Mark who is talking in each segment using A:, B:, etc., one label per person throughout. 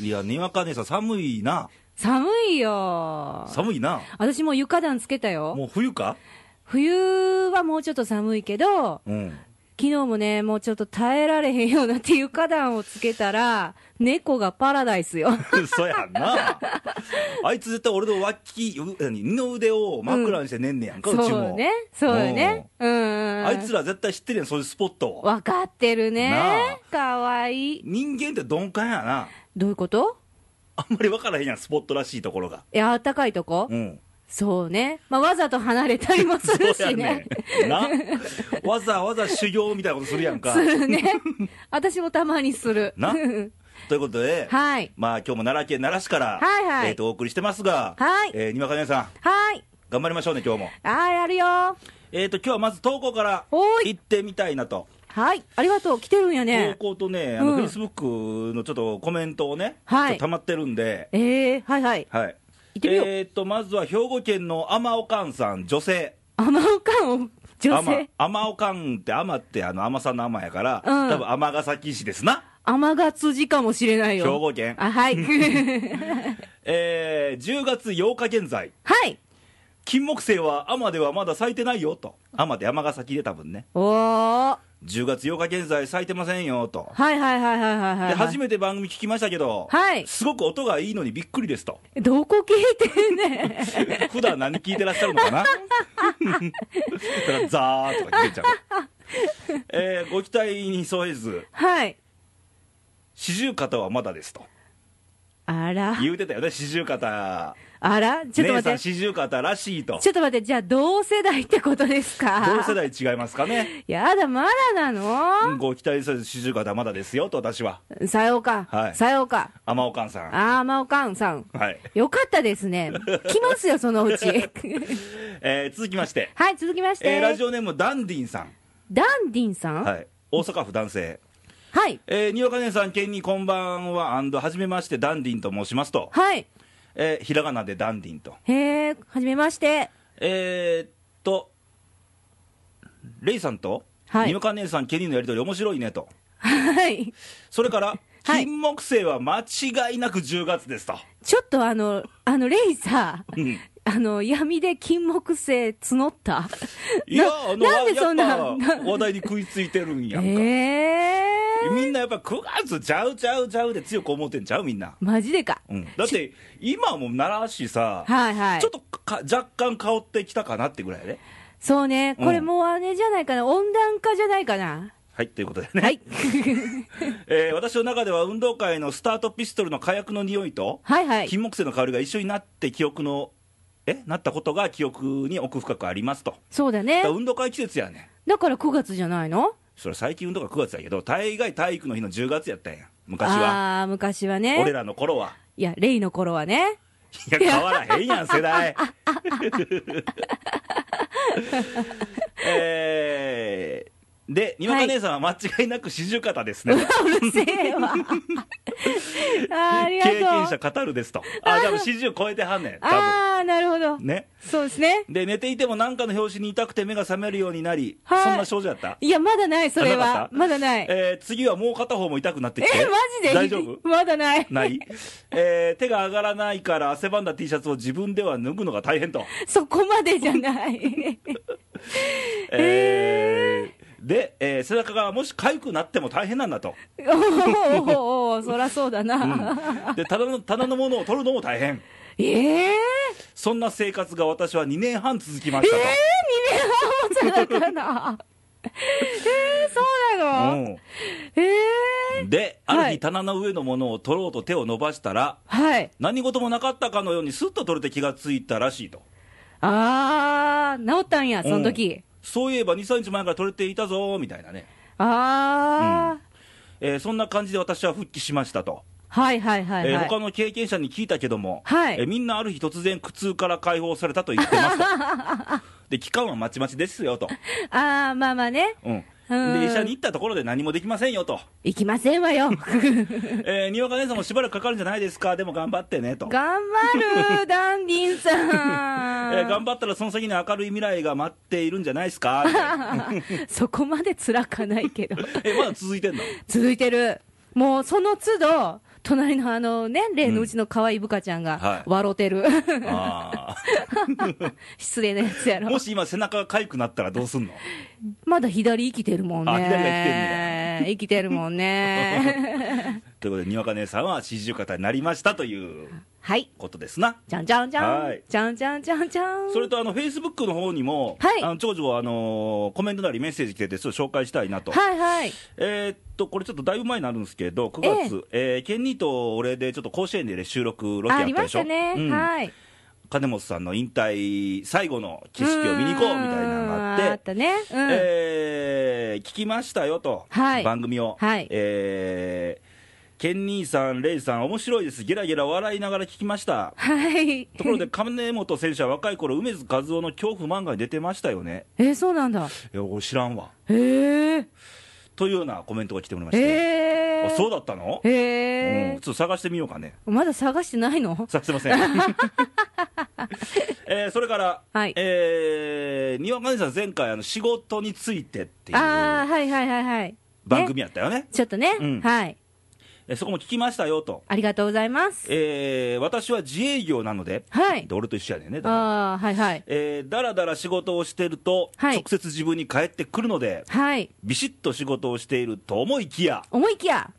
A: や、にわか姉さん、寒いな、
B: 寒いよ
A: 寒いな、
B: 私もう床暖つけたよ
A: もう冬か、
B: 冬はもうちょっと寒いけど
A: うん、
B: 昨日もねもうちょっと耐えられへんようになって床暖をつけたら猫がパラダイスよ
A: そやん な、あいつ絶対俺の脇、う何二の腕を枕にして寝んねやんか、うち
B: そう
A: も、
B: ねそうよねうんうん
A: あいつら絶対知ってるやん、そういうスポットを、
B: 分かってる
A: な
B: ねかわいい
A: 人間って鈍感やな、
B: どういうこと
A: あんまり分からへんやん、スポットらしいところが、
B: いやあったかいとこ、
A: うん、
B: そうね、まあ、わざと離れたりもするしね、
A: そうやねんな、わざわざ修行みたいなことするやんか
B: す、るね、私もたまにする。
A: なということで、
B: はい、
A: まあ今日も奈良県奈良市から、
B: はいはい
A: えーとお送りしてますが、
B: はい
A: えーにわか姉さん、
B: はい、
A: 頑張りましょうね、今日も。
B: あーやるよ、
A: えーと今日はまず投稿から
B: おーい
A: 行ってみたいなと、
B: はい、ありがとう、来てるんやね。
A: 投稿とね、あの
B: うん
A: フェイスブックのちょっとコメントをね、
B: は
A: ち
B: い
A: ょっと溜まってるんで、
B: えー、はいはい、
A: はい、
B: 行ってみよう
A: えーとまずは兵庫県の天おかんさん、女性。
B: 甘おかんを、女
A: 天
B: 性、
A: 天おかんって、天ってあの甘さんの甘やから、
B: うん
A: 多分尼崎市ですな、
B: 甘が辻かもしれない
A: 兵
B: よ。
A: 庫県。
B: あ、はい。
A: えー10月8日現在、
B: はい。
A: 金木犀は天ではまだ咲いてないよと、天で尼崎で多分ね、
B: おー、
A: 10月8日現在咲いてませんよと、
B: はいはいはいはいはいはい。
A: で初めて番組聞きましたけど、
B: はい
A: すごく音がいいのにびっくりですと、
B: どこ聞いてんねん。
A: 普段何聞いてらっしゃるのかな だからザーとか聞いちゃう、えーご期待に添えず、
B: はい。
A: 四十肩はまだですと
B: あら、
A: 言うてたよね、四十肩、
B: あら、ちょっと
A: 姉
B: 待
A: さん
B: って。
A: 四十肩らしいと、
B: ちょっと待って、じゃあ同世代ってことですか
A: 同世代違いますかね、
B: やだ、まだな
A: うん
B: の、
A: ご期待に添えず四十肩はまだですよと、私は、
B: さようか、
A: はい
B: さようか、
A: 天おかんさん。
B: あーまおかんさん、
A: はい
B: よかったですね、来ますよ、そ のうち。
A: えー続きまして、
B: はい、続きまして、
A: えーラジオネームダンディンさん、
B: ダンディンさん、は、
A: はいい、大阪府男性、えー、にわか姉さん、県にこんばんは、アンドはじめまして、ダンディンと申しますと、
B: はい、
A: えーひらがなでダンディンと、
B: へえ、はじめまして、
A: えー、っと、レイさんと、
B: はい
A: にわか姉さん、県にのやりとり、面白いねと、
B: はい、
A: それから、
B: はい
A: 金木犀は間違いなく10月ですと、
B: ちょっとあの、あのレイさ、
A: うん
B: あの闇で金木犀募った、
A: いや、
B: な
A: あの
B: なんでそんな
A: やっぱ話題に食いついてるんやんか、
B: えー、
A: みんなやっぱ9月ちゃうちゃうちゃうで強く思ってんちゃう、みんな。
B: マジでか、
A: うん、だ って今も奈良市さ、
B: はいはい、
A: ちょっとか若干香ってきたかなってぐらいね。
B: そうね、
A: うん
B: これもうあれじゃないかな、温暖化じゃないかな。
A: はいということでね、
B: はい。
A: えー私の中では運動会のスタートピストルの火薬の匂いと、
B: はいはい。
A: 金木犀の香りが一緒になって記憶のえなったことが記憶に奥深くありますと、
B: そうだ
A: だ
B: ね
A: から。運動会季節やねん、
B: だから9月じゃないの
A: それ最近運動会9月やけど、大概体育の日の10月やったんや、昔は、
B: ああー、昔は
A: 俺
B: ね。
A: らの頃は。
B: いや、レイの頃はね。
A: いや、変わらへんやん、世代。えーで、にわか姉さんは間違いなく四十肩ですね。
B: うるせ えわ。あーありがとう
A: 経。験者語る ですと。あ、じゃあ四十超えてはんねん、多分。
B: ああ、なるほど。
A: ね。
B: そうですね。
A: で、寝ていても何かの拍子に痛くて目が覚めるようになり、
B: はい
A: そんな症状やった
B: いや、まだない、そ
A: な
B: れ
A: かっ
B: は。
A: た
B: まだない。え、
A: えー次はもう片方も痛くなってきて。
B: マジで
A: 大丈夫
B: まだ ない。
A: ない、えー手が上がらないから汗ばんだ T シャツを自分では脱ぐのが大変と。
B: そこまでじゃない。
A: えーで、えー背中がもし痒くなっても大変なんだと、
B: おーおーおーそらそうだな。
A: で棚の棚のものを取るのも大変、
B: ええ
A: そんな生活が私は2年半続きましたと。
B: ー、2年半もじゃないかな。ええー、そうなの、ええー、
A: うんで、ある
B: は
A: 日、
B: い
A: 棚の上のものを取ろうと手を伸ばしたら、
B: はい。
A: 何事もなかったかのように、すっと取れて気がついたらしいと、
B: あー、治ったんや、その時。
A: そういえば2、3日前から取れていたぞみたいなね、
B: あー、
A: えーそんな感じで私は復帰しましたと、
B: はいはいはいはい。
A: えー他の経験者に聞いたけども、
B: はい
A: えーみんなある日突然苦痛から解放されたと言ってます とで期間はまちまちですよと、
B: あー、まあまあね。
A: うん
B: うん
A: で医者に行ったところで何もできませんよと、
B: 行きませんわよ。
A: えー、にわか姉さんもしばらくかかるんじゃないですかでも頑張ってねと、
B: 頑張る、ダンディン さ
A: え
B: ん。
A: ー頑張ったらその先に明るい未来が待っているんじゃないですかみたい な
B: そこまで辛かないけど。
A: えまだ続いてんの
B: 続いてる。もうその都度、隣のあのね、例のうちの可愛い部下ちゃん
A: うんは
B: が
A: い
B: 笑うてる。
A: あ
B: 失礼なやつや
A: ー
B: ろ
A: も。し今、背中が痒くなったらどうすんの
B: まだ左生きてるもん
A: あ左が生きて
B: ね。生きてるも んね。
A: ということで、にわか姉さんは四十肩になりましたという
B: はい。
A: ことですな。
B: じゃんじゃんじゃ
A: は
B: ん
A: い。
B: じゃんじゃんじゃんじゃん。
A: それとあのフェイスブックの方にも、
B: はい
A: あの長女はあのーコメントなりメッセージ来てて、ちょっと紹介したいなと、
B: はいはい。
A: えーっとこれちょっとだいぶ前になるんですけど、9月、えーケンニーと俺でちょっと甲子園でね収録、ロケ
B: あ
A: やっ
B: り
A: た
B: ま
A: で
B: し
A: しょ、
B: たね。
A: うん
B: はい。
A: 金本さんの引退、最後の景色を見に行こうみたいなのがあって
B: うーん。あったね。うん。
A: えー聞きましたよと、
B: はい
A: 番組を、
B: はい
A: えーケンニーさん、レイさん、面白いです、ゲラゲラ笑いながら聞きました、
B: はい。
A: ところで、金本選手は若い頃梅津和夫の恐怖漫画に出てましたよね、
B: えー、そうなんだ。
A: いや、俺知らんわ。
B: へえ。
A: というようなコメントが来ておりまして、
B: え
A: あ
B: ー。
A: そう
B: だ。
A: だったの、
B: へ
A: うん、ちょ
B: え
A: っ。と探してみようかね。
B: まだ探してないの
A: さしてません。 えーそれから、
B: はい
A: えーにわかねさん、前回あの、仕事についてってい
B: ああ、
A: う
B: はいはいはいはい。
A: 番組やったよね、
B: ちょっとね、
A: うん
B: はい。
A: えーそこも聞きましたよと、
B: ありがとうございます。
A: えー私は自営業なので、
B: はい
A: で。俺と一緒やねんね、だから
B: ああ、はいはい。
A: えーだらだら仕事をしてると、
B: はい
A: 直接自分に返ってくるので、
B: はい。
A: ビシッと仕事をしていると思いきや、
B: 思いきや、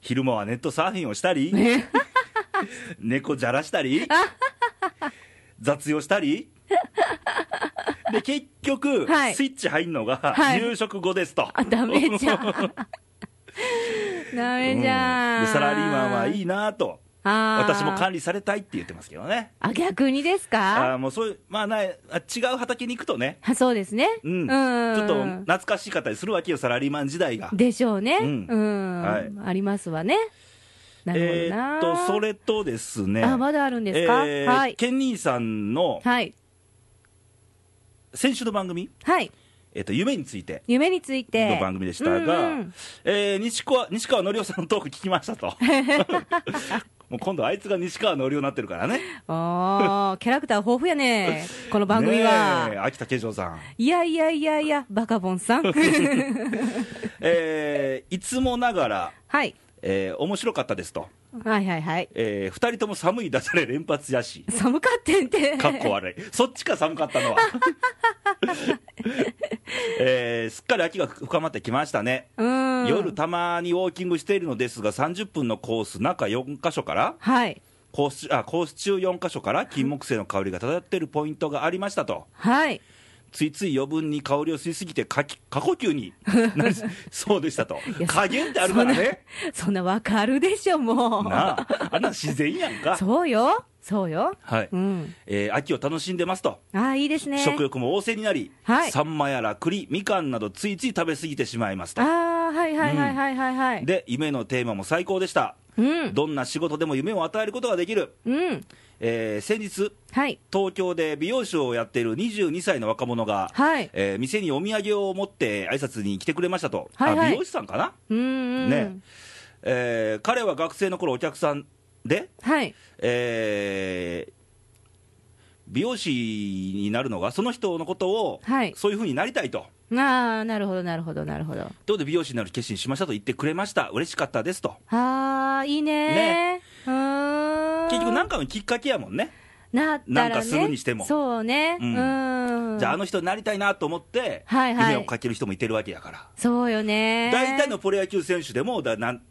A: 昼間はネットサーフィンをしたり、
B: ね
A: 猫じゃらした り、雑用したり、で結局、
B: はい
A: スイッチ入るのが、
B: はい
A: 夕食後ですと。
B: あ、ダメじゃ ん。ダメじゃん。
A: うんでサラリーマンはい
B: い。
A: いなと、
B: あー
A: 私も管理されたいって言ってますけどね。
B: あ、逆にです
A: あ
B: か
A: ーもうそういう、まあない、あ違う畑に行くとね、
B: あそうですね。
A: うん、ちょっと懐かしかったりするわけよ、サラリーマン時代が。
B: でしょうね。
A: う
B: うんん。
A: はい
B: ありますわね。な
A: え
B: るほど
A: ー
B: な。
A: っと、それとですね、
B: あ、まだあるんですか、
A: えー
B: はい。
A: ケンニーさんの
B: はい。
A: 先週の番組、
B: はい。
A: えーっと夢について
B: 夢について。
A: の番組でしたが、
B: うんうん
A: えー西川西川のりおさんのトーク聞きま したと。もう今度あいつが西川のりおになってるからね。
B: ああ、キャラクター豊富や ね。この番組は。
A: ねえ秋田慶三さん。
B: いやいやいやいや、バカボ ンさん。
A: えーいつもながら、
B: はい。
A: えー面白かったですと。
B: はいはいはい。
A: え2人とも寒いダジャレ連発やし。
B: 寒かってん て。
A: かっこ悪い、そっちか寒かったのは、 えーすっかり秋が深まってきましたね、
B: うん。
A: 夜たまにウォーキングしているのですが、30分のコース、中4箇所から、
B: はい。
A: コースあコース中4箇所から、金木犀の香りが漂っているポイントがありましたと、
B: はい。
A: ついつい余分に香りを吸いすぎてかき、過呼吸に なりそうでしたと
B: い、や
A: 加減ってあるからね、
B: そんな わかるでしょ、もう。
A: なあ、あんな自然やんか。
B: そうよ。そうよ。
A: はい
B: うん。
A: えー秋を楽しんでますと、
B: ああ、いいですね。
A: 食欲も旺盛になり、
B: はい
A: サンマやら栗、みかんなどついつい食べ過ぎてしまいますと。
B: ああ、はいはいはいはいはいはい。
A: で、夢のテーマも最高でした。
B: うん。
A: どんな仕事でも夢を与えることができる。
B: うん。
A: えー先日、
B: はい。
A: 東京で美容師をやっている22歳の若者が、
B: はい
A: えー店にお土産を持って挨拶に来てくれましたと。
B: はいはい
A: あ美容師さんかな、
B: うんうん。
A: ね。えー彼は学生の頃お客さんで、
B: はい。
A: えー美容師になるのが、その人のことを、
B: はい
A: そういうふうになりたいと、
B: ああ、なるほどなるほどなるほど。
A: どうで美容師になる決心しましたと言ってくれました、嬉しかったですと、
B: ああ、いいね。うーん。
A: 結局、なんかのきっかけやもんね、
B: なった
A: な
B: ら、ね、
A: んかするにしても
B: そうね。
A: う
B: うんん。
A: じゃあ、あの人になりたいなと思って、
B: はいはい
A: 夢をかける人もいてるわけやから、
B: そうよね。
A: 大体のプロ野球選手でもだなん、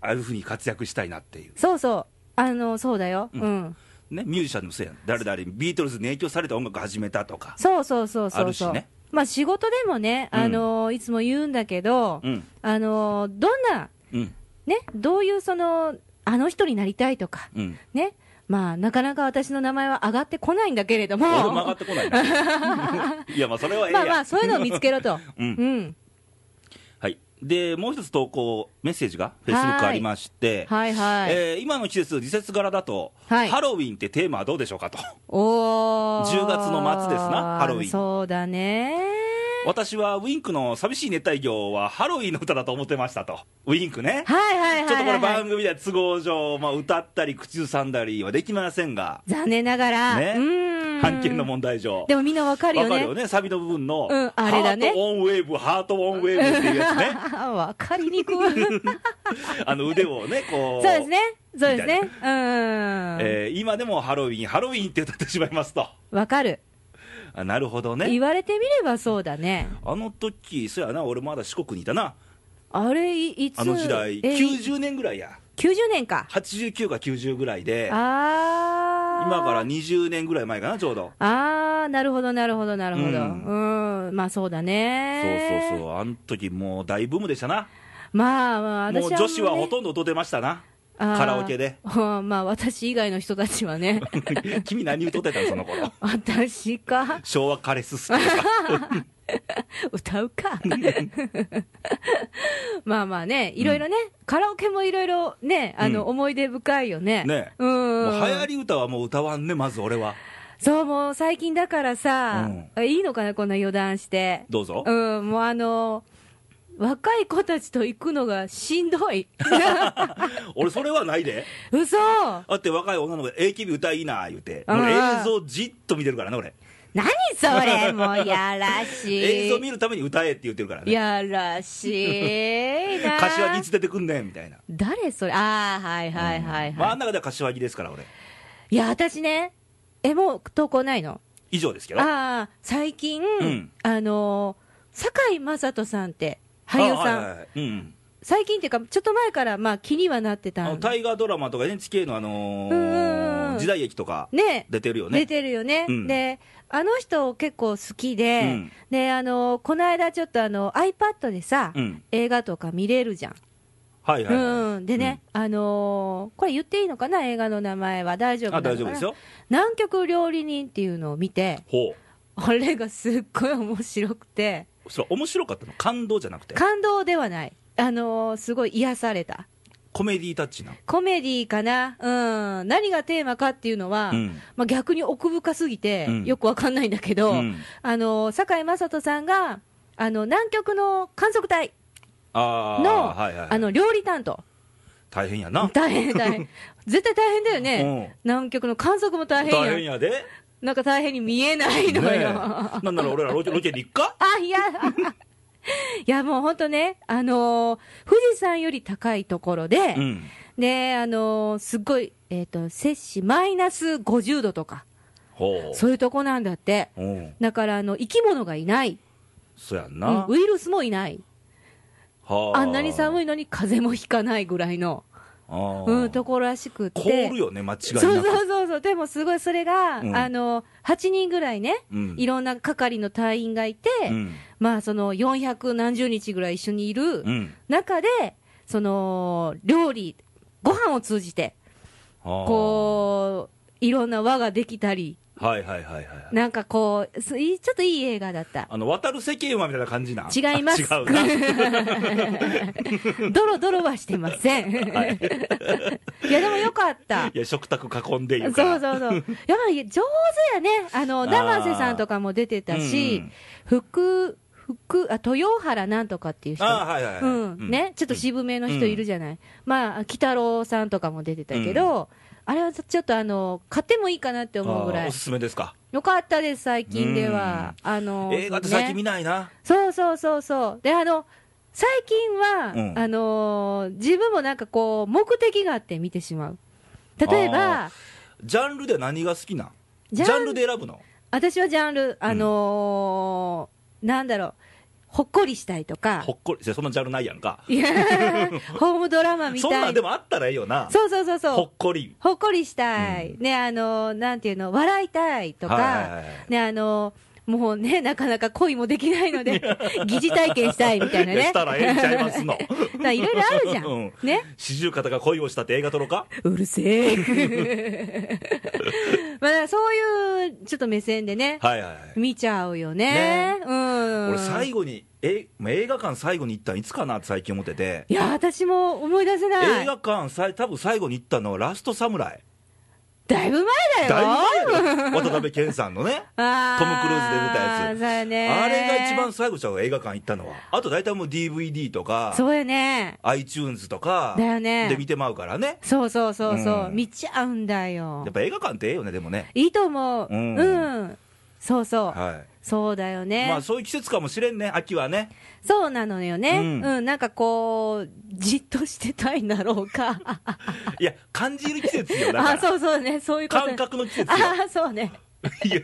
A: ああいうふうに活躍したいなっていう、
B: そうそう。あの、そうだよ。
A: う
B: うんん。
A: ね、ミュージシャンでもそうやん、誰々、ビートルズに影響されて音楽始めたとか、
B: そうそうそうそうそう。
A: あるしね
B: まあ仕事でもね、
A: うん
B: あのいつも言うんだけど、
A: うん、
B: あのどんな、
A: うん、
B: ね、どういうその、あの人になりたいとか、
A: うん、
B: ね。まあ、なかなか私の名前は上がってこないんだけれども。
A: 俺も上がってこない な、いや、まあ、それはええ
B: ま
A: や
B: あまあ、そういうのを見つけろと。
A: うん
B: うん。
A: はい、でもう一つ投稿、メッセージが、フェイスブッ
B: は
A: ク
B: い
A: ありまして、
B: はいはい。
A: えー今の季節、季節柄だと、
B: はい
A: ハロウィンってテーマはどうでしょうかと、
B: おー
A: 10月の末ですなハロウィン
B: そうだね
A: 私はウィンクの寂しい熱帯魚はハロウィンの歌だと思ってましたと、ウィンクね、
B: はいはいはいはいはい
A: ちょっとこれ、番組では都合上、まあ、歌ったり、口ずさんだりはできませんが、
B: 残念ながら
A: ね
B: うーん
A: 版権の問題上。
B: でもみんなわかるよ
A: わかる
B: ね。
A: よね、サビの部分の、
B: うんあれだね
A: ハートオンウェーブ、ハートオンウェーブっていうやつ ね、
B: わか りにくい。
A: あの腕をね、こ
B: そう
A: う、
B: ですね。そうですね。
A: み
B: うん。
A: えー今でもハロウィン、ハロウィンって歌ってしまいますと、
B: わかる、
A: あなるほどね
B: 言、われてみればそうだね。
A: あの時そうやな、俺まだ四国にいたな、
B: あれ、いいつ
A: あの時代、
B: え
A: 90年ぐらいや、
B: 90年か。
A: 89か90ぐらいで、
B: あー。
A: 今から20年ぐらい前かな、ちょうど。
B: あー、なるほど、なるほど、なるほど。う
A: うん
B: ん、まあそうだ
A: そう
B: ね。
A: そうそう、あの時もう大ブームでしたな、
B: まあ、まあ、私
A: も
B: は、
A: う女子はほとんど踊ってましたな、
B: あー
A: カラオケで
B: まあ私以外の人たち はね。
A: 君、何歌ってたの、その 頃
B: 私か。
A: 昭和カレス好きでさ、
B: 歌う かまあまあねいろいろね、カラオケもいろいろねあの、
A: うん
B: 思い出深いよね
A: ね
B: うん
A: もう流行り歌はもう歌わんね、まず俺は、
B: そうもう最近だからさ、いいのかなこんな余談して
A: どうぞ。
B: うんもうあの若い子たちと行くのがしん どい
A: 俺それはないで
B: 嘘
A: だって若い女の子で AKB 歌いいな言うて
B: うん
A: 俺映像じっと見てるからね俺
B: 何それもうやらしい
A: 映像見るために歌えって言ってるからね
B: やらしいな
A: 柏木いつ出てくんねんみたいな
B: 誰それああはいはいはいはい、
A: うん真ん中では柏木ですから俺
B: いや、私ね、え、もう投稿ないの
A: 以上ですけど
B: ああ、最近、
A: ん
B: あのー、堺雅人さんって、俳優さん、
A: あはいはいはいうん
B: 最近っていうか、ちょっと前から、まあ、気にはなって
A: あ
B: た
A: の
B: んだ
A: 大河ドラマとか NHK のあのー
B: うんうんうん
A: 時代劇とか
B: ね
A: 出てるよ
B: 出
A: ね
B: てるよね、
A: うん
B: で、あの人結構好きで、
A: うん
B: で、あのー、この間ちょっとあの、iPad でさ、
A: うん
B: 映画とか見れるじゃん。
A: はいはいはい
B: うん。でね、あのーこれ言っていいのかな映画の名前は。大丈夫な
A: あ
B: のかな
A: 大丈夫ですよ
B: 南極料理人っていうのを見て、
A: ほ
B: あれがすっごい面白くて、
A: うそれ面白かったの感動じゃなくて
B: 感動ではない、あのーすごい癒された、
A: コメディタッチな
B: コメディーかな、うん、何がテーマかっていうのは、
A: うん
B: まあ、逆に奥深すぎて、
A: うん
B: よくわかんないんだけど、
A: うん
B: あのー堺雅人さんが、あの南極の観測隊
A: あ
B: の,、
A: あはいはい
B: あの料理担当、
A: 大変やな
B: 大変、大 変、絶対大変だよね、
A: うん
B: 南極の観測も大変
A: 大
B: やん
A: 変やで
B: なんか大変に見えない
A: ね
B: の
A: え
B: よ。
A: なんなら俺らロケロケに行っ か
B: あ、いや、いやもう本当ね、あのー富士山より高いところで、
A: うん
B: ね、あのーすっごい、えっ、と、摂氏マイナス50度とか、
A: ほう
B: そういうとこなんだって。
A: うん
B: だから、あの、生き物がいない、
A: そやん
B: う
A: なん
B: ウイルスもいない、
A: は
B: あんなに寒
A: い
B: いのに風邪もひかないぐらいの、うん、ところらしくって。
A: 凍るよね間違い
B: そ
A: な
B: う
A: く
B: そうそうそう、でもすごい、それが、
A: うん
B: あの、8人ぐらいね、
A: うん
B: いろんな係の隊員がいて、
A: うん
B: まあ、その400何十日ぐらい一緒にいる、
A: うん
B: 中で、その料理、ご飯を通じて、
A: こ
B: こう、いろんな輪ができたり、
A: うはいはいはいはい
B: なんかこう、すいいちょっといい映画だった。
A: あの渡る世間はみたいな感じな
B: 違います
A: 違うな
B: ドロドロはしてません。 い、や、でもよかった
A: い。や食卓囲んで
B: そ
A: いううから
B: そうそう。やっぱり上手やね。あの、
A: あー
B: 生瀬さんとかも出てたし、
A: うん
B: 福、福、あ、豊原なんとかっていう人。
A: あーはいはいはい
B: うん、ね、ちょっと渋めの人いるじゃない、まあ、鬼太郎さんとかも出てたけど、あれはちょっとあの買ってもいいかなって思うぐ
A: あ
B: ら
A: ー
B: い
A: おす、すめですか
B: よかったです、最近では。あの
A: 映画って最近見
B: ね、
A: ないな
B: そうそうそうそう、であの最近は、
A: うん
B: あのー自分もなんかこう、目的があって見てしまう。例えば、
A: ジャンルで何が好きなん
B: ジ
A: ジ
B: ャン
A: ャンルで選ぶの
B: 私はジャンル、あのーなんだろう、ほっこりしたいとか
A: ほ、っこりいやそんなジャンルないやんか
B: いやホームドラマみ
A: そんな
B: た
A: ん
B: い
A: で。もあったらいいよな
B: そうそうそうそう。
A: ほっこり
B: ほっこりしたい、
A: う
B: ね、あの、なんていうの、笑いたいとか、
A: はいはいはい
B: ね、あの、もうね、なかなか恋もできないので、疑似体験したいみたいな
A: で
B: ね
A: し。たらえ えんちゃいますの
B: だからいろいろあるじゃん。
A: うん
B: ね。
A: 四十肩が恋をしたって映画撮ろうか
B: うるせえ。 まあ、だからそういう、ちょっと目線でね、
A: はいはいはい
B: 見ちゃうよね。
A: ね
B: うん。
A: 俺最後にえまあ映画館最後に行ったのいつかなって最近思ってて
B: いや、私も思い出せない。
A: 映画館さい多分最後に行ったのはラストサムライ
B: だいぶ前だよ
A: 大前だよ渡辺謙さんのねトムクルーズで出たやつ
B: つ。そうやね。
A: あれが一番最後ちゃう映画館行ったのはあと大体もう DVD とか
B: そうやね。
A: iTunes とか
B: だよね
A: で見てまうからね
B: そうそうそうそう。
A: うん
B: 見ちゃうんだよ
A: やっ。ぱ映画館ってええよねでもね
B: いいと思う。
A: う
B: うんん。そうそう。
A: は
B: そうだよ
A: い、
B: ね。
A: まあそういう季節かもしれんね秋はね
B: そうなのよね、
A: う
B: うんん、なんかこう、じっとしてたいんだろうか。
A: いや感じる季節よだから
B: あ、そうそうね、そういうことね
A: 感覚の季節よ
B: あ、そうね。
A: いやい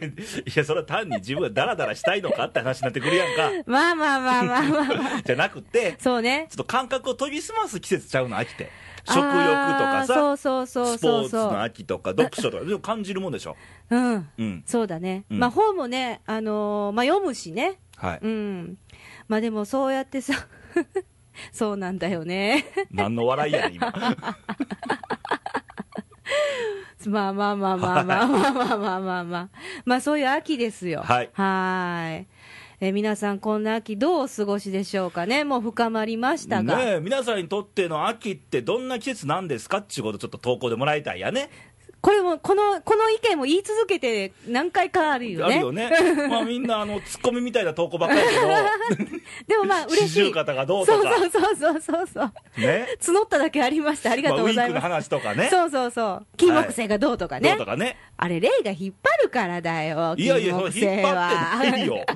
A: やそれは単に自分がダラダラしたいのかって話になってくるやん か
B: まあまあまあまあまあ、 まあ。
A: じゃなくて
B: そうね。
A: ちょっと感覚を研ぎ澄ます季節ちゃうの秋って食欲と
B: あ
A: か
B: ー
A: さ
B: そうそうそう
A: スポ
B: そ
A: ー
B: う
A: ツ
B: そ
A: の
B: う。
A: 秋とか読書とかでも感じるもんでしょ
B: うん。
A: うん
B: そうだね。
A: うん
B: まあ本もね、あのーまあ読むしね。
A: はい
B: うん。まあでもそうやってさ、 そうなんだよね。
A: 何の笑いやねん今
B: まあまあまあまあまあまあまあまあまあまあ。まあそういう秋ですよ。
A: はい
B: ーいえー皆さんこんな秋どうお過ごしでしょうかね。もう深まりましたが。
A: ねえ皆さんにとっての秋ってどんな季節なんですかっていうことをちょっと投稿でもらいたいやね
B: これも、この、この意見も言い続けて何回かあるよ
A: あ
B: ね。
A: るよねまあみんなあのツッコミみたいな投稿ばっかりや
B: でもまあ
A: けど
B: 嬉
A: 四
B: しい。
A: 十肩がどうと
B: そう
A: か
B: そうそうそうそうそう。
A: ね
B: 募っただけありました。ありが
A: まあ
B: とう
A: ウ
B: ご
A: ィ
B: ざ
A: ークの
B: います。
A: 話とかね
B: そうそうそう。金木犀がどうとかね。
A: どうとかね
B: あれ、霊が引っ張るからだよ。
A: いやいや、
B: 金
A: その
B: 木
A: 引っ
B: 犀
A: 張ってない
B: は。
A: よ、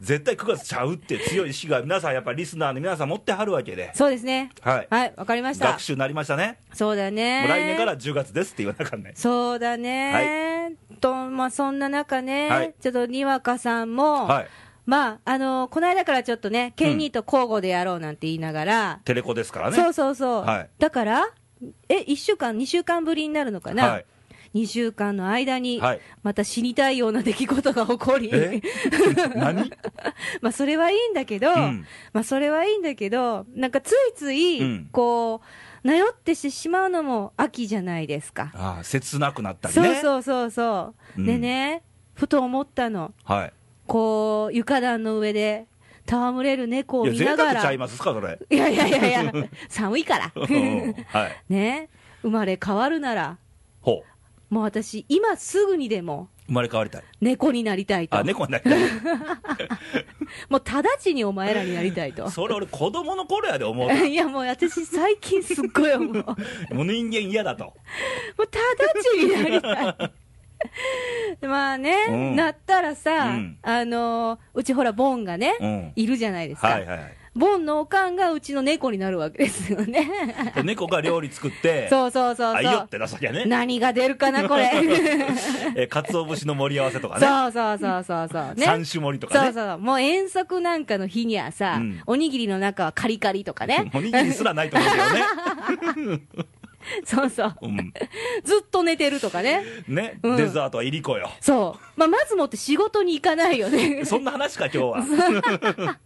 A: 絶対9月ちゃうって強い意志が、皆さん、やっぱりリスナーの皆さん、持ってはるわけで、
B: そうですね。
A: はい、
B: はい、わかりました
A: 学。習になりましたね、
B: そうだね。
A: もう来年から10月ですって言わなあかんね、
B: そうだね、と、まあ、そんな中ね、
A: はい
B: ちょっとにわかさんも、
A: はい、
B: まあ、あのこの間からちょっとね、ケンニーと交互でやろうなんて言いながら、
A: テレコですからね、
B: そうそうそう、
A: はい
B: だから、え、1週間、2週間ぶりになるのかな、
A: はい
B: 2週間の間に、
A: はい
B: また死にたいような出来事が起こり、
A: え 何
B: まあそれはいいんだけど、
A: ん
B: まあそれはいいんだけど、なんかついつ
A: う
B: い
A: ん、
B: こう、なよってしてしまうのも秋じゃないですか。
A: ああ切なくなったり
B: そう
A: ね、
B: そうそうそ
A: う
B: う、
A: ん
B: でね、ふと思ったの、
A: はい、
B: こう、床暖の上で戯れる猫を
A: いや、
B: 見
A: 贅
B: なが
A: 沢ちゃ
B: ら、
A: い
B: い
A: ますか、そ れ、
B: やいやいやいや、 寒いから、
A: うんはい、
B: ね、生まれ変わるなら、
A: ほう、
B: もう私、今すぐにでも
A: 生まれ変わりたい、
B: 猫になりたいと、
A: あ猫になりたい、
B: もう直ちにお前らになりたいと。
A: それ、俺、子供の頃やで思う、
B: いやもう私最近すっごい思う。もう
A: もう人間嫌だと、
B: 直ちになりたい。 まあね、
A: うん
B: なったらさ、
A: うん
B: あのーうちほらボンがね、
A: うん、
B: いるじゃないですか。
A: はいはい、
B: ボンのおかんがうちの猫になるわけですよね。
A: で猫が料理作って、
B: そうそうそう
A: あい
B: そ
A: よっ
B: う。
A: てなさきゃね。
B: 何が出るかな、これ。
A: えー、かつお節の盛り合わせとかね、
B: そうそうそうそうそう。ね。
A: 三種盛りと
B: そ
A: か
B: う
A: ね、
B: そう。もう遠足なんかの日にはさ、
A: うん。
B: おにぎりの中はカリカリとかね
A: おにぎりすらないと思うけどね、
B: そうそう。
A: う
B: ずっと寝てるとかね。
A: ん、ね、
B: うん
A: デザートはいりこよ、
B: そう。まあ、まずもって仕事に行かないよね。
A: そんな話か、今日は。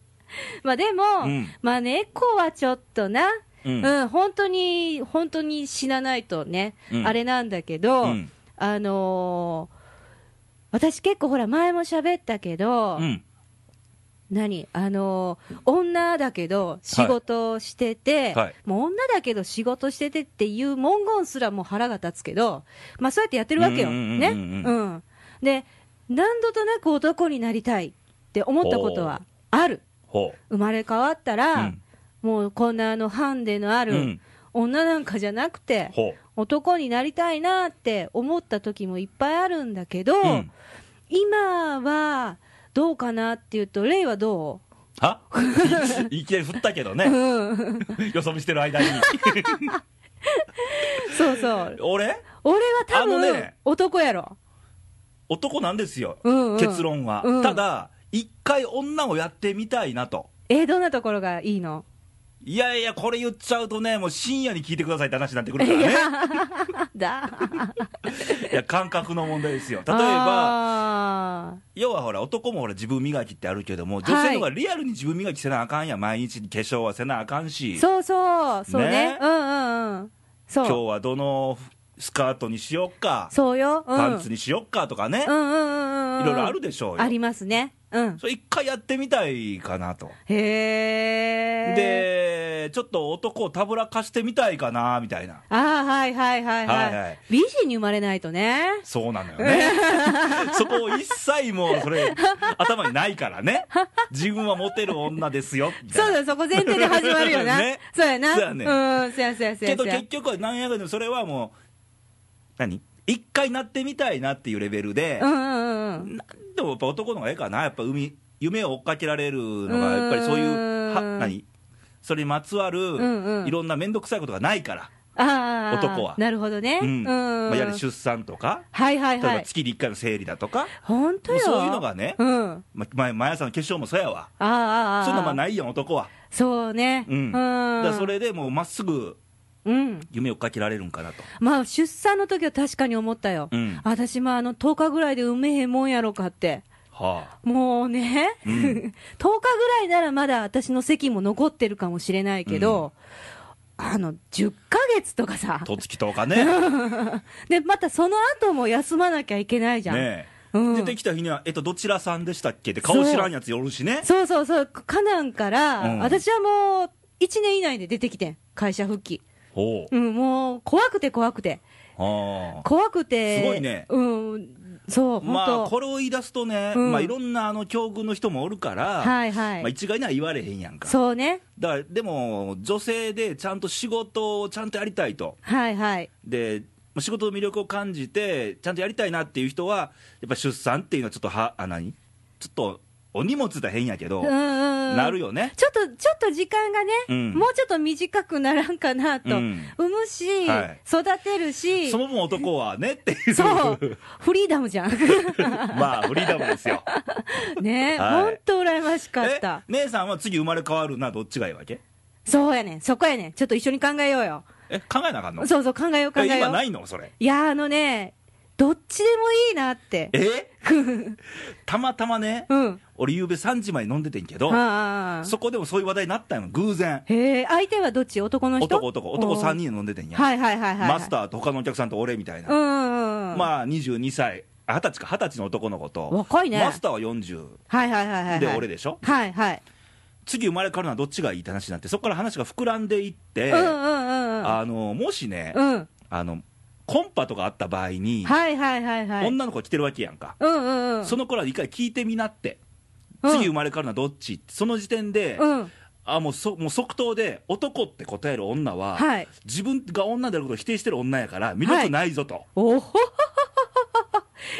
B: まあでも、
A: うん
B: まあ猫はちょっとな、
A: う
B: うん、
A: ん
B: 本当に、本当に死なないとね、
A: うん
B: あれなんだけど、
A: うん
B: あのー私結構ほら前も喋ったけど、
A: うん、
B: 何あのー女だけど仕事してて、
A: はい
B: もう女だけど仕事しててっていう文言すらもう腹が立つけど、まあそうやってやってるわけよ。
A: うんうんうんうん
B: ね。うん。で、何度となく男になりたいって思ったことはある。
A: ほう、
B: 生まれ変わったら、
A: うん
B: もうこんなあのハンデのあ
A: う
B: る
A: ん
B: 女なんかじゃなくて、
A: ほ
B: 男になりたいなって思った時もいっぱいあるんだけど、
A: う、うん、
B: 今はどうかなっていうと、レイはど
A: は いきなり振ったけど
B: う、
A: ね、
B: うん、
A: よそ見してる 間に、
B: そうそう、
A: 俺、
B: 俺は多
A: あの
B: 分、
A: ね
B: 男やろ、
A: 男なんですよ、
B: うんうん
A: 結論は。
B: うん
A: ただ、一回女をやってみたいなと。
B: えーどんなところがいいの、
A: いやいや、これ言っちゃうとね、もう深夜に聞いてくださいって話になってくる
B: い
A: からね。
B: や、 だ、
A: いや、感覚の問題ですよ。例えば、
B: ば、
A: 要はほら、男もほら、自分磨きってあるけども、
B: い
A: 女性の方がリアルに自分磨きせなあかんやん、毎日化粧はせなあかんし、
B: そうそう、そうね、
A: ね
B: うんうんうん、そう、
A: 今日はどのスカートにしよっか、
B: そうよ、うん、
A: パンツにしよっかとかね
B: う、んうんうんうんうん
A: いろいろあるでしょうよ
B: あ。りますねうん
A: それ一回やってみたいかなと。
B: へえ
A: で、ちょっと男をたぶらかしてみたいかな、みたいな。
B: ああはいはいはいはい、
A: はいはい
B: 美人に生まれないとね
A: そうなのよ ね。そこを一切もうそれ、頭にないからね。自分はモテる女ですよ、みたい
B: そ
A: うな。
B: だそこ前提で始まるよ な、
A: ね
B: そうやな
A: そうやね
B: うんそうやそうやそう
A: け
B: や
A: ど
B: そうや
A: 結局は何やかんやでもそれはもう、何一回なってみたいなっていうレベルで、
B: うんうんうんうん
A: なんでもやっぱ男の方がええかな。やっぱ海、夢を追っかけられるのが、やっぱりそういうう、
B: ん
A: は、何それにまつわる、
B: んうん
A: いろんな面倒くさいことがないから。
B: ああ
A: 男は
B: なるほどね、
A: うんまあ、やはり
B: はい
A: 出産とか、
B: はい
A: 例
B: は
A: えば
B: い
A: 月に1回の生理だとか、
B: 本当よ
A: もうそういうのがね
B: うんああ
A: ま前毎朝の化粧もそうやわ、
B: ああああ
A: そういうのまあないやん、男は。
B: そうね
A: うん
B: ん
A: だからそれでもうまっすぐ
B: うん
A: 夢をかけられるんかなと。
B: まあ出産の時は確かに思ったよ、
A: うん
B: 私まああの10日ぐらいで産めへんもんやろかって
A: は
B: もうね、
A: う
B: 10日
A: ん
B: ぐらいならまだ私の席も残ってるかもしれないけど、あの10ヶ月とかさ
A: あ、とつきとかね、ね
B: でまたその後も休まなきゃいけ ないじゃん、
A: え
B: うん
A: 出てきた日には、えっと、どちらさんでしたっけって、顔知らんやつよるしね、
B: そうそうそう、カナンから、
A: うん
B: 私はもう1年以内で出てきてん、会社復帰。
A: ほう
B: うん、もう怖くて怖くて、
A: はあ
B: 怖くて、
A: すごいね
B: うん、そう、本当、
A: まあ、これを言い出すとね、
B: うん
A: まあ、いろんなあの境遇の人もおるから、
B: はいはい、
A: まあ、一概には言われへんやんか、
B: そうね、
A: だからでも、女性でちゃんと仕事をちゃんとやりたいと、
B: はいはい、
A: でまあ仕事の魅力を感じて、ちゃんとやりたいなっていう人は、やっぱ出産っていうのは、ちょっとは、あ何ちょっとお荷物だ変やけど、
B: うんうんうん、
A: なるよね。
B: ちょっと、ちょっと時間がね、
A: うん
B: もうちょっと短くならんかなと、
A: うん
B: 産むし、
A: はい
B: 育てるし、
A: その分男はねっていう、
B: そう、フリーダムじゃん。
A: まあ、フリーダムですよ。
B: ね、
A: はい
B: 本当羨ましかっ
A: え
B: た。
A: 姉さんは次生まれ変わるな、どっちがいいわけ
B: そうやねん、そこやねん、ちょっと一緒に考えようよ。
A: え、考えなあかんの
B: そうそう、考えよう、考えよう。
A: え今ないのそれ。
B: いやーあのね、どっちでもいいなって。
A: えたまたまね、
B: うん。
A: 俺、ゆうべ3時まで飲んでてんけど、
B: ああ。
A: そこでもそういう話題になったんよ、偶然。
B: へえ、相手はどっち男の人
A: 男、男、男3人
B: 人。
A: で飲んでてんや。
B: はいはいはいはい。
A: マスターと他のお客さんと俺みたいな。
B: ー。うんうんうん。あ。
A: まあ22歳、あ二十歳か、二十歳の男の子と、
B: 若いね
A: マスターは40、
B: はいはいはいはい。
A: で俺でしょ
B: はいはい。
A: 次生まれ変わるのはどっちがいいって話になって、そこから話が膨らんでいって、
B: うんうんうんうん。
A: あのもしね、
B: うん。
A: あの、コンパとかあった場合に、
B: はいはいはいはい。
A: 女の子が来てるわけやんか、
B: うんうんうん。
A: その頃は一回聞いてみなって、
B: うん
A: 次生まれ変わるのはどっちって、その時点で、
B: うん。
A: あもうそもう即答で、男って答える女は、
B: はい
A: 自分が女であることを否定してる女やから、魅力ないぞと、
B: おほ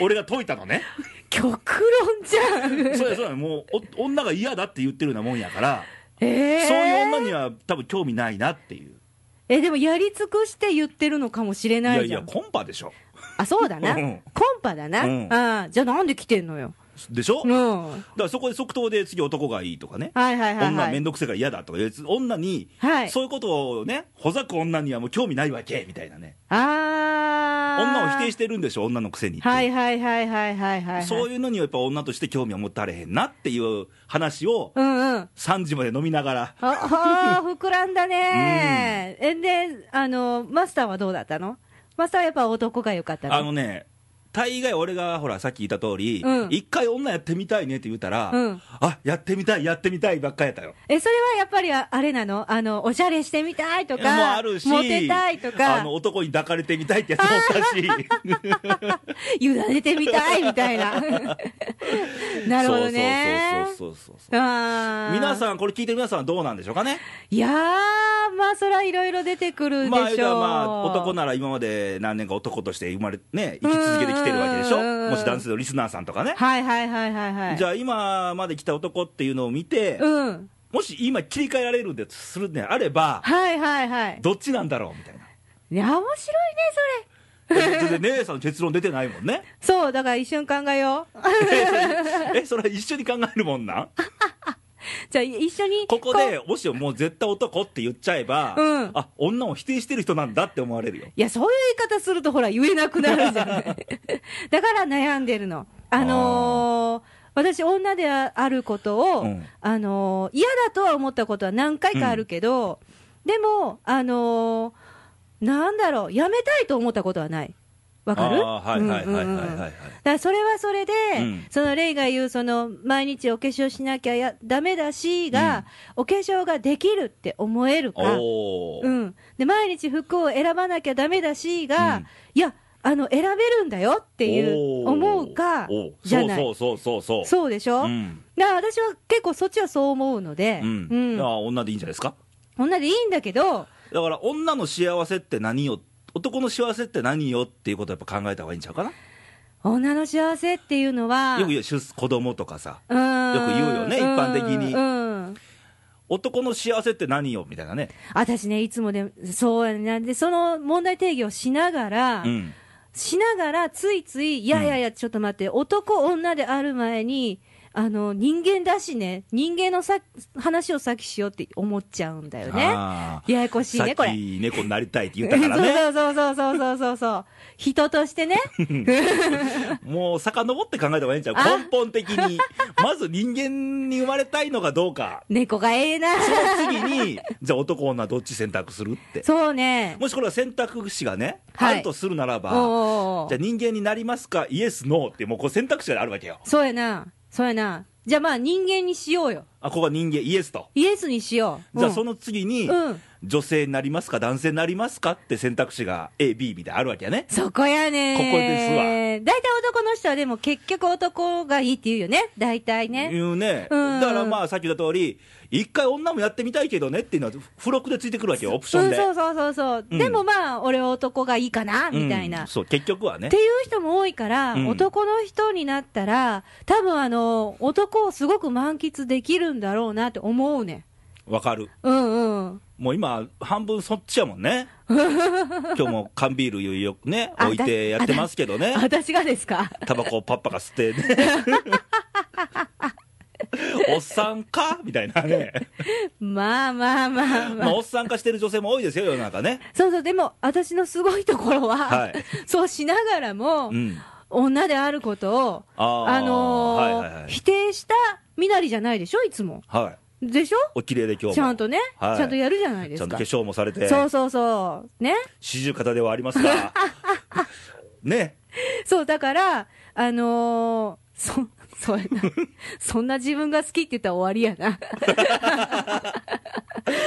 A: 俺が解いたの ね。
B: 極論じゃん。
A: そうやそうやもうお女が嫌だって言ってるようなもんやから、
B: ええ。
A: そういう女には多分興味ないなっていう、
B: え、でもやり尽くして言ってるのかもしれ
A: い
B: な
A: や
B: い
A: い
B: じゃ
A: や、
B: ん。
A: コンパでしょ、
B: あ、そうだな。
A: う
B: コ
A: ん
B: ンパだな。
A: うん
B: ああ、じゃあなんで来てんのよ。
A: でしょ、
B: う
A: だか
B: ん。はい
A: らそこで即答で次、男がいいとかね、
B: はいはいはい。
A: 女、めんどくせえから嫌だとか、別に女に、
B: はい
A: そういうことをね、ほざく女にはもう興味ないわけみたいなね、
B: あー
A: 女を否定してるんでしょ、女のくせにって、
B: はいはいはいはいはいはいはい
A: そういうのにはやっぱ女として興味を持たれへんなっていう話を、
B: うんうん
A: 3時まで飲みながら、
B: あ あー膨らんだねえであのマスターはどうだったのマスターはやっぱ男が良かったの
A: あのね、大概俺がほら、さっき言った通り、
B: うん
A: 一回女やってみたいねって言ったら、
B: うん
A: あやってみたい、やってみたいばっかやったよ。
B: えそれはやっぱりああれなのあのおしゃれしてみたいと
A: もう
B: か
A: あるし、
B: モテたいと
A: あ
B: か
A: の男に抱かれてみたいってやつもおったし、
B: 委ねてみたいみた いな なるほどね
A: そうそうそうそうそう
B: あー
A: 皆さん、これ聞いてる皆さんはどうなんでしょうかね。
B: いやーまあそりゃいろいろ出てくるでしょう、
A: まあ、言うたらまあ、男なら今まで何年か男として生まれ、ね、生き続けてきてるわけでしょ。
B: うんうんうんうん
A: もし男性のリスナーさんとかね。
B: はいはいはいはいはい
A: じ
B: ゃ
A: ゃあ今まで来た男っていうのを見て、
B: うん
A: もし今切り替えられるんでするんであれば、
B: はいはいはい
A: どっちなんだろうみたいな。
B: いや、面白いね、
A: 全然姉さんの結論出てないもん ね。
B: それ。そう、だから一瞬考えよう。
A: え、それは一緒に考えるもんなん
B: じゃあ、一緒に。
A: ここで、もしもう絶対男って言っちゃえば、
B: うん
A: あ、女を否定してる人なんだって思われるよ。
B: いや、そういう言い方すると、ほら、言えなくなる じゃん。だから悩んでるの。あのー私、女であることを、
A: うん
B: あのー嫌だとは思ったことは何回かあるけど、でも、あのーなんだろう、やめたいと思ったことはない。わかる
A: あーはいはいはいはいはい
B: うんうんうん
A: はい
B: だからそれはそれで、
A: うん
B: そのレイが言う、その毎日お化粧しなきゃやダメだしが、お化粧ができるって思えるか、
A: おお、
B: うん、で毎日服を選ばなきゃダメだしが、
A: うん
B: いや、あの選べるんだよっていう
A: おー
B: 思うか
A: おー
B: じゃない、
A: そうそうそうそうう
B: そうでしょ、
A: うん、
B: だから私は結構そっちはそう思うので、
A: うん
B: うん
A: ああ女でいいんじゃないですか
B: 女でいいんだけど、
A: だから女の幸せって何よ男の幸せって何よっていうことをやっぱ考えた方がいいんちゃうかな
B: 女の幸せっていうのは、
A: よく言う出子供とかさ
B: うん
A: よく言うよね一般的に
B: うんうん
A: 男の幸せって何よみたいなね、
B: 私ね、いつもで、そうやねなんで、その問題定義をしながら、
A: うん、
B: しながら、ついつい、いやいやいや、ちょっと待って、男、女である前に、あの人間だしね、人間のさ話を先しようって思っちゃうんだよね。
A: あ
B: ややこ
A: ー
B: しい
A: さ
B: ね、こ
A: っ
B: れ。
A: き猫になりたいって言ったからね
B: そうそうそうそうそうそうそう。人としてね。
A: もう遡って考えた方がいいんちゃう
B: あ
A: 根本的にまず人間に生まれたいのかどうか
B: 猫がええな。
A: その次 にじゃあ男女どっち選択するって
B: そうね。
A: もしこれは選択肢がね、
B: はい
A: あるとするならば
B: おうおうおう
A: じゃあ人間になりますかイエスノーってもうこう選択肢があるわけよ
B: そうやな。そうやな。じゃあまあ人間にしようよ。
A: あここが人間イエスと
B: イエスにしよう。
A: じゃあ
B: うん
A: その次に、
B: うん
A: 女性になりますか男性になりますかって選択肢が AB みたいなあるわけやね
B: そこやね
A: ここですわ
B: 大体男の人はでも結局男がいいって言うよね。大体ね。
A: いうね、
B: うん
A: だからまあさっき言った通り一回女もやってみたいけどねっていうのは付録でついてくるわけよオプシ
B: う
A: ョン
B: ん、
A: で
B: そうそうそうそう。
A: うん
B: でもまあ、俺は男がいいかな、 みたい
A: う
B: な。
A: ん
B: っ
A: そう結局はね
B: ていう人も多いから、
A: うん
B: 男の人になったら、多分あの、男をすごく満喫できるんだろうなって思うね。
A: わかる
B: うんうん。
A: もう今半分そっちやもん ね今日も缶ビールよくね
B: あ
A: 置いてやってますけどね
B: 私がですか
A: タバコをパッパが吸ってねおっさんかみたいな ね、
B: まあまあまあまあ。
A: まあ、おっさん化してる女性も多いですよ世の中ね
B: そうそう、でも私のすごいところは、
A: はい
B: そうしながらも、
A: うん
B: 女であることを、
A: あー
B: あのー
A: はいはいはい
B: 否定したみなりじゃないでしょ、いつも。
A: はい
B: でしょ
A: お綺麗で今日も
B: ちゃんとね、
A: はい
B: ちゃんとやるじゃないで
A: ちゃ
B: す
A: んと
B: か。
A: 化粧もされて
B: そうそうそう、ね、
A: 四十肩ではあります がね
B: そうだから、あのーそ そうやなそんな自分が好きって言ったら終わ りやな、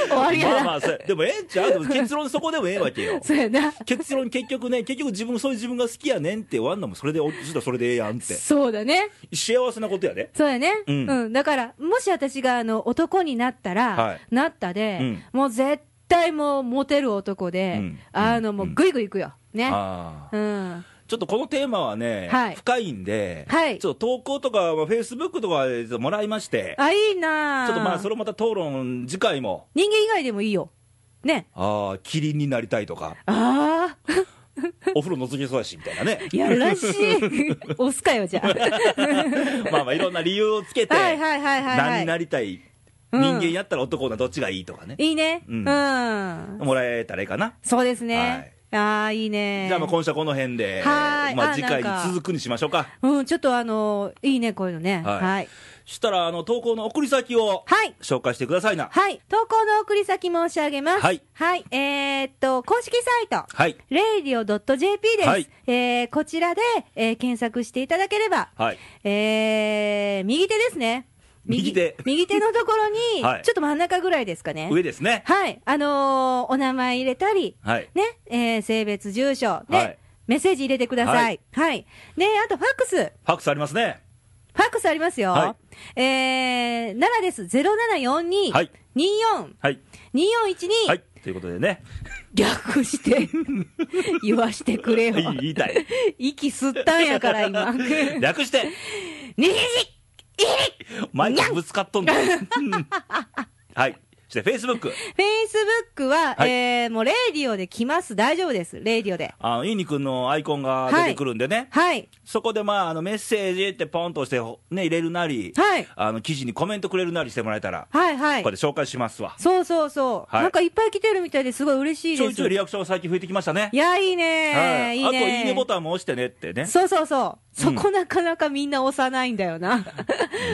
B: 終わりやな、
A: まあまあそうでもええんちゃうでも結論そこでもええわけよ
B: そうやな、
A: 結論結局ね結局自分そういう自分が好きやねんって終わんのもそれでおちょっとそれでええやんって
B: そうだね、
A: 幸せなことやで
B: そうやね、
A: う
B: うんんだから、もし私があの男になったら、
A: はい
B: なったで、もう絶対もうモテる男で、
A: うん
B: あのもうぐいぐい行くよ、ね。
A: ああ
B: うん、
A: ちょっとこのテーマはね、
B: はい
A: 深いんで、
B: はい
A: ちょっと投稿とか、まあフェイスブックとかでもらいまして、
B: あいいな
A: ち
B: あ
A: ょっとまあ、それをまた討論、次回も、
B: 人間以外でもいいよね
A: ああ、キリンになりたいと か、
B: ああ、
A: お風呂覗きそうやしみたいなね
B: やらしい押すかよじゃあ
A: まあまあ、いろんな理由をつけて、
B: はいはいはいはい、
A: 何
B: は
A: に
B: い、
A: なりたい、
B: うん
A: 人間やったら男などっちがいいとかね、
B: いいね
A: う
B: うんん、
A: もらえたらいいかな。
B: そうですね、ああいいね
A: じゃあまあ今週はこの辺で、
B: はい
A: まあ、
B: あ
A: 次回に
B: なんか
A: 続くにしましょうか
B: うんちょっとあのいいねこういうのね
A: は
B: はいいはい、
A: そしたらあの投稿の送り先を
B: はい
A: 紹介してくださいな
B: 投稿の送り先申し上げます
A: はい、
B: えー、っと公式サイト
A: はい
B: レイディオ .jp です、
A: はい
B: えー、こちらで、えー、検索していただければ
A: はい
B: えー、右手ですね。
A: 右手
B: 右手のところに、
A: はい
B: ちょっと真ん中ぐらいですかね。
A: 上ですね
B: はい。あのーお名前入れたり、
A: はい
B: ね、えー性別、住所、ね、
A: はい
B: メッセージ入れてください。
A: は
B: はいい。で、あと、ファックス。フ
A: ファックスありますね
B: ァックスありますよ。
A: は
B: えー、奈良です。0742、
A: はい
B: 24、
A: はい
B: 2412、
A: はいということでね
B: 逆 して、言わしてくれよ。
A: い言いたい
B: 息吸ったんやから、 今。
A: 略して
B: にじ
A: マイクぶつかっとんだうんはいそしてフェイスブック
B: フェイスブックは、
A: はい
B: えーもうレーディオで来ます。大丈夫です。レーディオで。
A: あのいいにくんのアイコンが出てくるんでね、
B: はい。
A: そこでまああのメッセージってポンと押してほね入れるなり、
B: はい
A: あの記事にコメントくれるなりしてもらえたら、
B: はいは
A: こ
B: い
A: こ。で紹介しますわ
B: そうそうそう、
A: はい
B: なんかいっぱい来てるみたいですごい嬉しい
A: ちょ
B: で
A: い
B: す。
A: ちょいリアクションが最近増えてきましたね
B: いや、いいね、、
A: はい
B: い
A: あ
B: ね
A: と、いいねボタンも押してねってね。
B: そうそうそう。
A: う
B: そ
A: ん
B: こなかなかみんな押さないんだよ な。
A: ね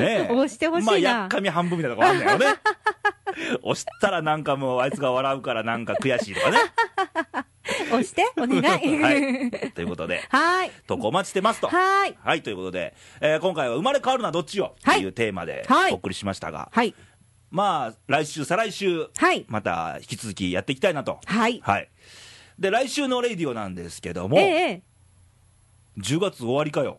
A: え
B: 押してほしい
A: ま
B: な
A: あ、やっかみ半分みたいなとこあるんだよね。 押したらなんかもう、あいつが笑うからなんか悔しいとかね。
B: 押して、お願い。
A: は
B: はい。
A: い、ということで、
B: はい。
A: 投稿お待ちしてますと。
B: はい。
A: はい、ということで、えー今回は生まれ変わるのはどっちよと
B: はい
A: いうテーマで
B: はい
A: お送りしましたが、
B: はい。
A: まあ、来週、再来週、
B: はい。
A: また引き続きやっていきたいなと。
B: はい。
A: はい。で、来週のレイディオなんですけども、
B: ええ。
A: 10月終わりかよ。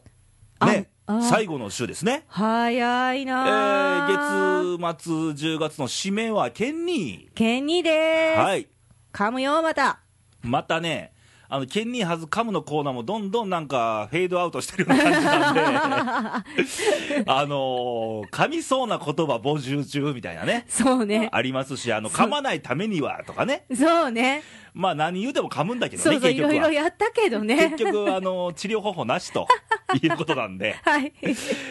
B: あ
A: ね
B: あ、
A: 最後の週ですね。
B: 早い
A: え
B: な
A: ー、月末10月の締めはケンニ
B: ケニー
A: ー。
B: です。
A: はい。
B: 噛むよ、また。
A: またね、あの、ケンニーはずカムのコーナーもどんどんなんかフェードアウトしてるような感じなんで、あのー、噛みそうな言葉募集中みたいなね。
B: そうね。
A: ありますし、あの、
B: そう
A: 噛まないためにはとかね。
B: そうね。
A: まあ何言うても噛むんだけど
B: そ
A: ね、
B: うそう、
A: 結
B: いろ
A: 局
B: いろ
A: は。
B: やったけどね
A: 結。局、あの、治療方法なしということなん で、
B: はい。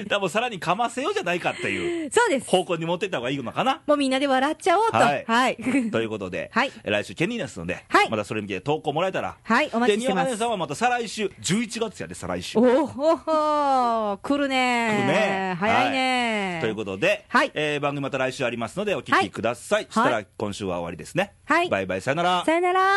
A: 多分さらに噛ませようじゃないかっていう
B: そうです。
A: 方向に持っていった方がいいのかな。
B: もうみんなで笑っちゃおうと。
A: はい
B: はい。
A: ということで、
B: はい
A: 来週ケニーですので、
B: はい
A: またそれに向けて投稿もらえたら。
B: はい、お待
A: で、
B: ちし
A: 宮
B: てま
A: 根
B: す
A: さ。んはまた再来週、11月やで、再来週。
B: おほほ来るね
A: 来るね
B: 早いね
A: ということで、
B: はい
A: えー番組また来週ありますのでお聞
B: は
A: き
B: い
A: ください、そした
B: は
A: ら今週は終わりですね、
B: はい
A: バイバイさよなら
B: さよなら